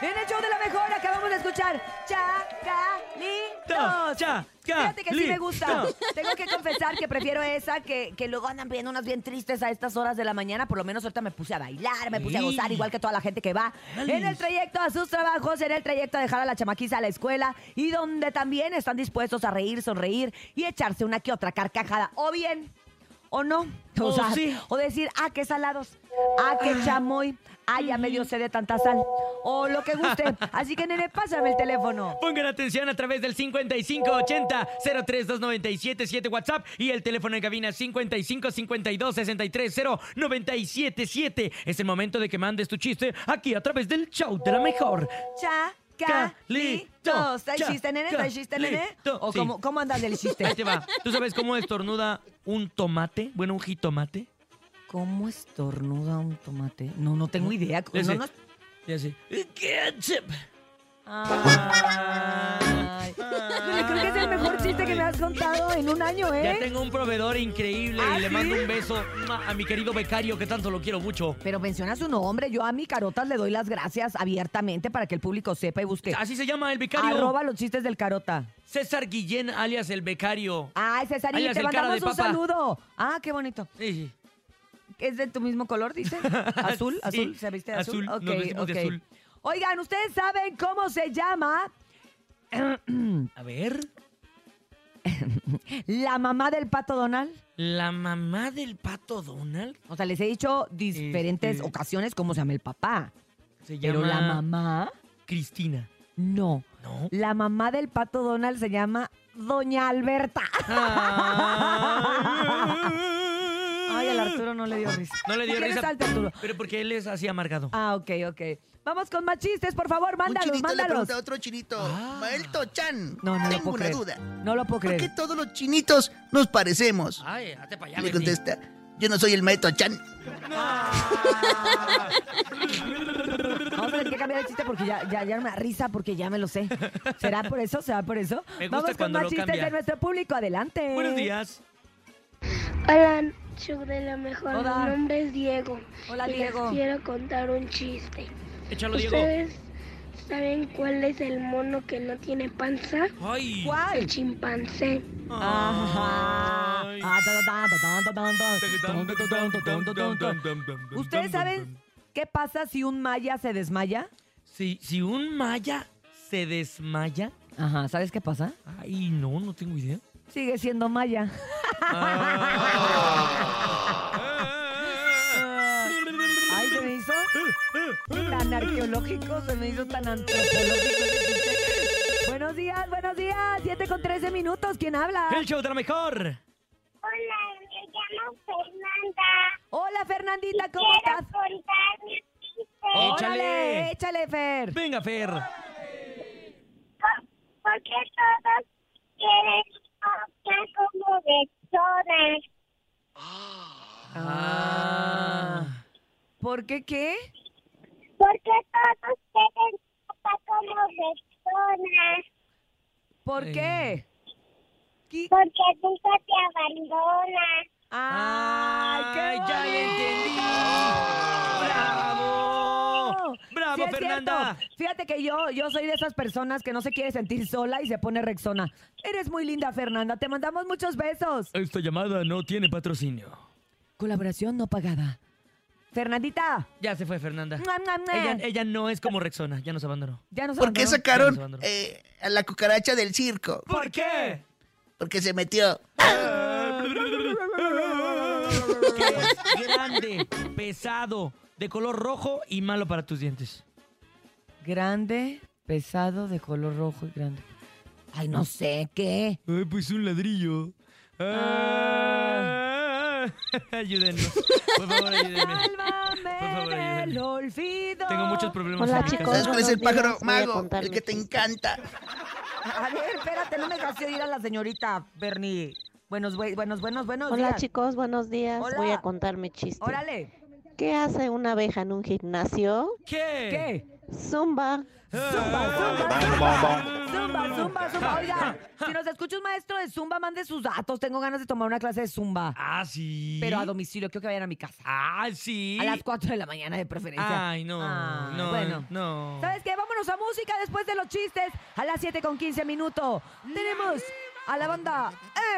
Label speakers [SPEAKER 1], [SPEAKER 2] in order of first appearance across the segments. [SPEAKER 1] En el show de la mejor acabamos de escuchar Chacalitos.
[SPEAKER 2] Cha, ca,
[SPEAKER 1] Fíjate que sí
[SPEAKER 2] li,
[SPEAKER 1] me gusta.
[SPEAKER 2] no.
[SPEAKER 1] Tengo que confesar que prefiero esa que, que luego andan viendo unas bien tristes a estas horas de la mañana. Por lo menos ahorita me puse a bailar, me puse a
[SPEAKER 2] Sí.
[SPEAKER 1] gozar, igual que toda la gente que va
[SPEAKER 2] Órale.
[SPEAKER 1] en el trayecto a sus trabajos, en el trayecto a dejar a la chamaquiza a la escuela y donde también están dispuestos a reír, sonreír y echarse una que otra carcajada. O bien, o no. O,
[SPEAKER 2] O
[SPEAKER 1] sea,
[SPEAKER 2] Oh, sí.
[SPEAKER 1] o decir, ah, qué salados, ah, qué chamoy, ah, ya me dio sed de tanta sal. O lo que guste. Así que, nene, pásame el teléfono.
[SPEAKER 2] Pongan atención a través del 5580-032977 WhatsApp y el teléfono en cabina 5552-630977. Es el momento de que mandes tu chiste aquí a través del show de la mejor.
[SPEAKER 1] Chacalitos. ¿Está el chiste, nene? ¿Está el chiste, nene?
[SPEAKER 2] Chacalito.
[SPEAKER 1] ¿O
[SPEAKER 2] Sí.
[SPEAKER 1] cómo, cómo andas del
[SPEAKER 2] Ahí
[SPEAKER 1] chiste?
[SPEAKER 2] te va. ¿Tú sabes cómo estornuda un tomate? Bueno, un jitomate.
[SPEAKER 1] ¿Cómo estornuda un tomate? No, no tengo idea.
[SPEAKER 2] Le hace-
[SPEAKER 1] No, no-
[SPEAKER 2] le hace, "Ketchup".
[SPEAKER 1] Ay. Híjole, Creo que es el mejor chiste que me has contado en un año, ¿eh?
[SPEAKER 2] Ya tengo un proveedor increíble
[SPEAKER 1] ¿Ah,
[SPEAKER 2] y le
[SPEAKER 1] sí?
[SPEAKER 2] mando un beso ¡mua! a mi querido becario que tanto lo quiero mucho.
[SPEAKER 1] Pero menciona su nombre. Yo a mi carotas le doy las gracias abiertamente para que el público sepa y busque.
[SPEAKER 2] Así se llama el becario.
[SPEAKER 1] Arroba los chistes del carota.
[SPEAKER 2] César Guillén, alias el becario.
[SPEAKER 1] Ay, Cesarín,
[SPEAKER 2] Alias
[SPEAKER 1] te
[SPEAKER 2] el cara
[SPEAKER 1] mandamos
[SPEAKER 2] de
[SPEAKER 1] un
[SPEAKER 2] papa.
[SPEAKER 1] saludo. Ah, qué bonito.
[SPEAKER 2] Sí, sí.
[SPEAKER 1] ¿Es de tu mismo color, dice? ¿Azul?
[SPEAKER 2] Sí.
[SPEAKER 1] ¿Azul? ¿Se viste de azul?
[SPEAKER 2] Azul, nos vestimos de
[SPEAKER 1] ok.
[SPEAKER 2] azul.
[SPEAKER 1] Oigan, ¿ustedes saben cómo se llama
[SPEAKER 2] A ver.
[SPEAKER 1] la mamá del pato Donald?
[SPEAKER 2] La mamá del pato Donald
[SPEAKER 1] O sea, les he dicho diferentes
[SPEAKER 2] Este-
[SPEAKER 1] ocasiones cómo se llama el papá.
[SPEAKER 2] se llama
[SPEAKER 1] Pero la mamá,
[SPEAKER 2] Cristina.
[SPEAKER 1] no.
[SPEAKER 2] ¿No?
[SPEAKER 1] La mamá del pato Donald se llama Doña Alberta. Ay,
[SPEAKER 2] Ay,
[SPEAKER 1] al Arturo no le dio risa.
[SPEAKER 2] No le dio
[SPEAKER 1] ¿Por qué
[SPEAKER 2] risa.
[SPEAKER 1] resalta, Arturo?
[SPEAKER 2] Pero porque él es así amargado.
[SPEAKER 1] Ah, ok, ok. Vamos con más chistes, por favor,
[SPEAKER 3] un
[SPEAKER 1] mándalos,
[SPEAKER 3] chinito le
[SPEAKER 1] mándalos.
[SPEAKER 3] pregunta a otro chinito,
[SPEAKER 2] Ah.
[SPEAKER 3] Maelto Chan,
[SPEAKER 1] No, no lo
[SPEAKER 3] tengo
[SPEAKER 1] puedo
[SPEAKER 3] una
[SPEAKER 1] creer.
[SPEAKER 3] duda.
[SPEAKER 1] No lo puedo
[SPEAKER 3] ¿Por qué
[SPEAKER 1] creer.
[SPEAKER 3] todos los chinitos nos parecemos?
[SPEAKER 2] Ay, hazte para allá,
[SPEAKER 3] Le
[SPEAKER 2] Bernie.
[SPEAKER 3] contesta, yo no soy el Maelto Chan.
[SPEAKER 1] Vamos a tener que cambiar el chiste porque ya, ya, ya no me da risa porque ya me lo sé. ¿Será por eso? ¿Será por eso?
[SPEAKER 2] Me gusta
[SPEAKER 1] Vamos con
[SPEAKER 2] cuando
[SPEAKER 1] más
[SPEAKER 2] lo
[SPEAKER 1] chistes
[SPEAKER 2] cambia.
[SPEAKER 1] de nuestro público. Adelante.
[SPEAKER 2] Buenos días.
[SPEAKER 4] Hola, show de la mejor.
[SPEAKER 1] Hola.
[SPEAKER 4] Mi nombre es Diego.
[SPEAKER 1] Hola,
[SPEAKER 4] y
[SPEAKER 1] Diego.
[SPEAKER 4] Les quiero contar un chiste.
[SPEAKER 2] Échalo, Diego.
[SPEAKER 4] ¿Ustedes saben cuál es el mono que no tiene panza?
[SPEAKER 2] Ay.
[SPEAKER 4] El
[SPEAKER 1] ¿Cuál?
[SPEAKER 4] chimpancé.
[SPEAKER 1] Ajá.
[SPEAKER 2] Ay.
[SPEAKER 1] Ah, ta, ta, ta, ta, ta, ta, ta, ta. ¿Ustedes saben qué pasa si un maya se desmaya?
[SPEAKER 2] Si, si un maya se desmaya.
[SPEAKER 1] Ajá, ¿sabes qué pasa?
[SPEAKER 2] Ay, no, no tengo idea.
[SPEAKER 1] Sigue siendo maya. Ah. Ay, se me hizo tan arqueológico, se me hizo tan antropológico. ese chiste. Buenos días, buenos días. 7 con 13 minutos. ¿Quién habla?
[SPEAKER 2] El show de la mejor.
[SPEAKER 5] Hola, me llamo Fernanda.
[SPEAKER 1] Hola, Fernandita, ¿cómo
[SPEAKER 5] Quiero
[SPEAKER 1] estás?
[SPEAKER 5] contar mi chiste.
[SPEAKER 1] Órale,
[SPEAKER 2] Échale.
[SPEAKER 1] échale, Fer.
[SPEAKER 2] Venga, Fer.
[SPEAKER 5] ¿Por- ¿Por qué todos quieren hablar como de todas?
[SPEAKER 2] Ah.
[SPEAKER 1] ¿Por qué qué?
[SPEAKER 5] ¿Por qué todos quieren hablar como de todas?
[SPEAKER 1] ¿Por
[SPEAKER 2] Eh.
[SPEAKER 1] qué? ¿Qui-
[SPEAKER 5] Porque nunca te abandonas.
[SPEAKER 1] Ay, qué
[SPEAKER 2] ya
[SPEAKER 1] bonito.
[SPEAKER 2] lo entendí. Bravo.
[SPEAKER 1] Sí,
[SPEAKER 2] Bravo,
[SPEAKER 1] es
[SPEAKER 2] Fernanda.
[SPEAKER 1] cierto. Fíjate que yo, yo soy de esas personas que no se quiere sentir sola y se pone rexona. Eres muy linda, Fernanda. Te mandamos muchos besos.
[SPEAKER 2] Esta llamada no tiene patrocinio.
[SPEAKER 1] Colaboración no pagada. Fernandita.
[SPEAKER 2] Ya se fue, Fernanda.
[SPEAKER 1] Mua, mua, mua.
[SPEAKER 2] Ella, ella no es como Rexona, ya nos abandonó.
[SPEAKER 1] Ya nos
[SPEAKER 3] ¿Por qué
[SPEAKER 1] abandonó.
[SPEAKER 2] Vamos,
[SPEAKER 3] sacaron
[SPEAKER 2] Alejandro.
[SPEAKER 3] eh, a la cucaracha del circo?
[SPEAKER 2] ¿Por qué?
[SPEAKER 3] Porque se metió.
[SPEAKER 2] Que es grande, pesado, de color rojo y malo para tus dientes.
[SPEAKER 1] Grande, pesado, de color rojo y grande. Ay, no sé qué.
[SPEAKER 2] Ay, pues un ladrillo. Ayúdenme. Ah. Por favor, ayúdenme.
[SPEAKER 1] Sálvame
[SPEAKER 2] Por favor, ayúdame.
[SPEAKER 1] del olvido.
[SPEAKER 2] Tengo muchos problemas.
[SPEAKER 6] Hola,
[SPEAKER 2] en mi
[SPEAKER 6] chicos.
[SPEAKER 2] casa.
[SPEAKER 3] ¿Sabes cuál es el
[SPEAKER 6] buenos
[SPEAKER 3] pájaro
[SPEAKER 6] días, voy a
[SPEAKER 3] mago?
[SPEAKER 6] apuntarme.
[SPEAKER 3] El que te encanta.
[SPEAKER 1] A ver, espérate, no me dejaste oír a la señorita Bernie. Buenos, bue- buenos, buenos, buenos
[SPEAKER 6] Hola
[SPEAKER 1] días.
[SPEAKER 6] chicos, buenos días.
[SPEAKER 1] Hola.
[SPEAKER 6] Voy a contar mi chiste.
[SPEAKER 1] Órale.
[SPEAKER 6] ¿Qué hace una abeja en un gimnasio?
[SPEAKER 2] ¿Qué?
[SPEAKER 1] ¿Qué?
[SPEAKER 6] Zumba.
[SPEAKER 2] Ah.
[SPEAKER 1] Zumba, zumba, zumba. Zumba, zumba, zumba. Oiga, si nos escucha un maestro de zumba, mande sus datos. Tengo ganas de tomar una clase de zumba.
[SPEAKER 2] Ah, sí.
[SPEAKER 1] Pero a domicilio, quiero que vayan a mi casa.
[SPEAKER 2] Ah, sí.
[SPEAKER 1] A las 4 de la mañana de preferencia.
[SPEAKER 2] Ay, no,
[SPEAKER 1] Ah,
[SPEAKER 2] no,
[SPEAKER 1] Bueno.
[SPEAKER 2] no.
[SPEAKER 1] ¿Sabes qué? Vámonos a música después de los chistes. A las 7 con 15 minutos. Tenemos a la banda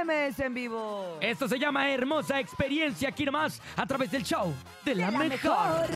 [SPEAKER 1] MS en vivo.
[SPEAKER 2] Esto se llama Hermosa Experiencia aquí nomás a través del show de la, mejor.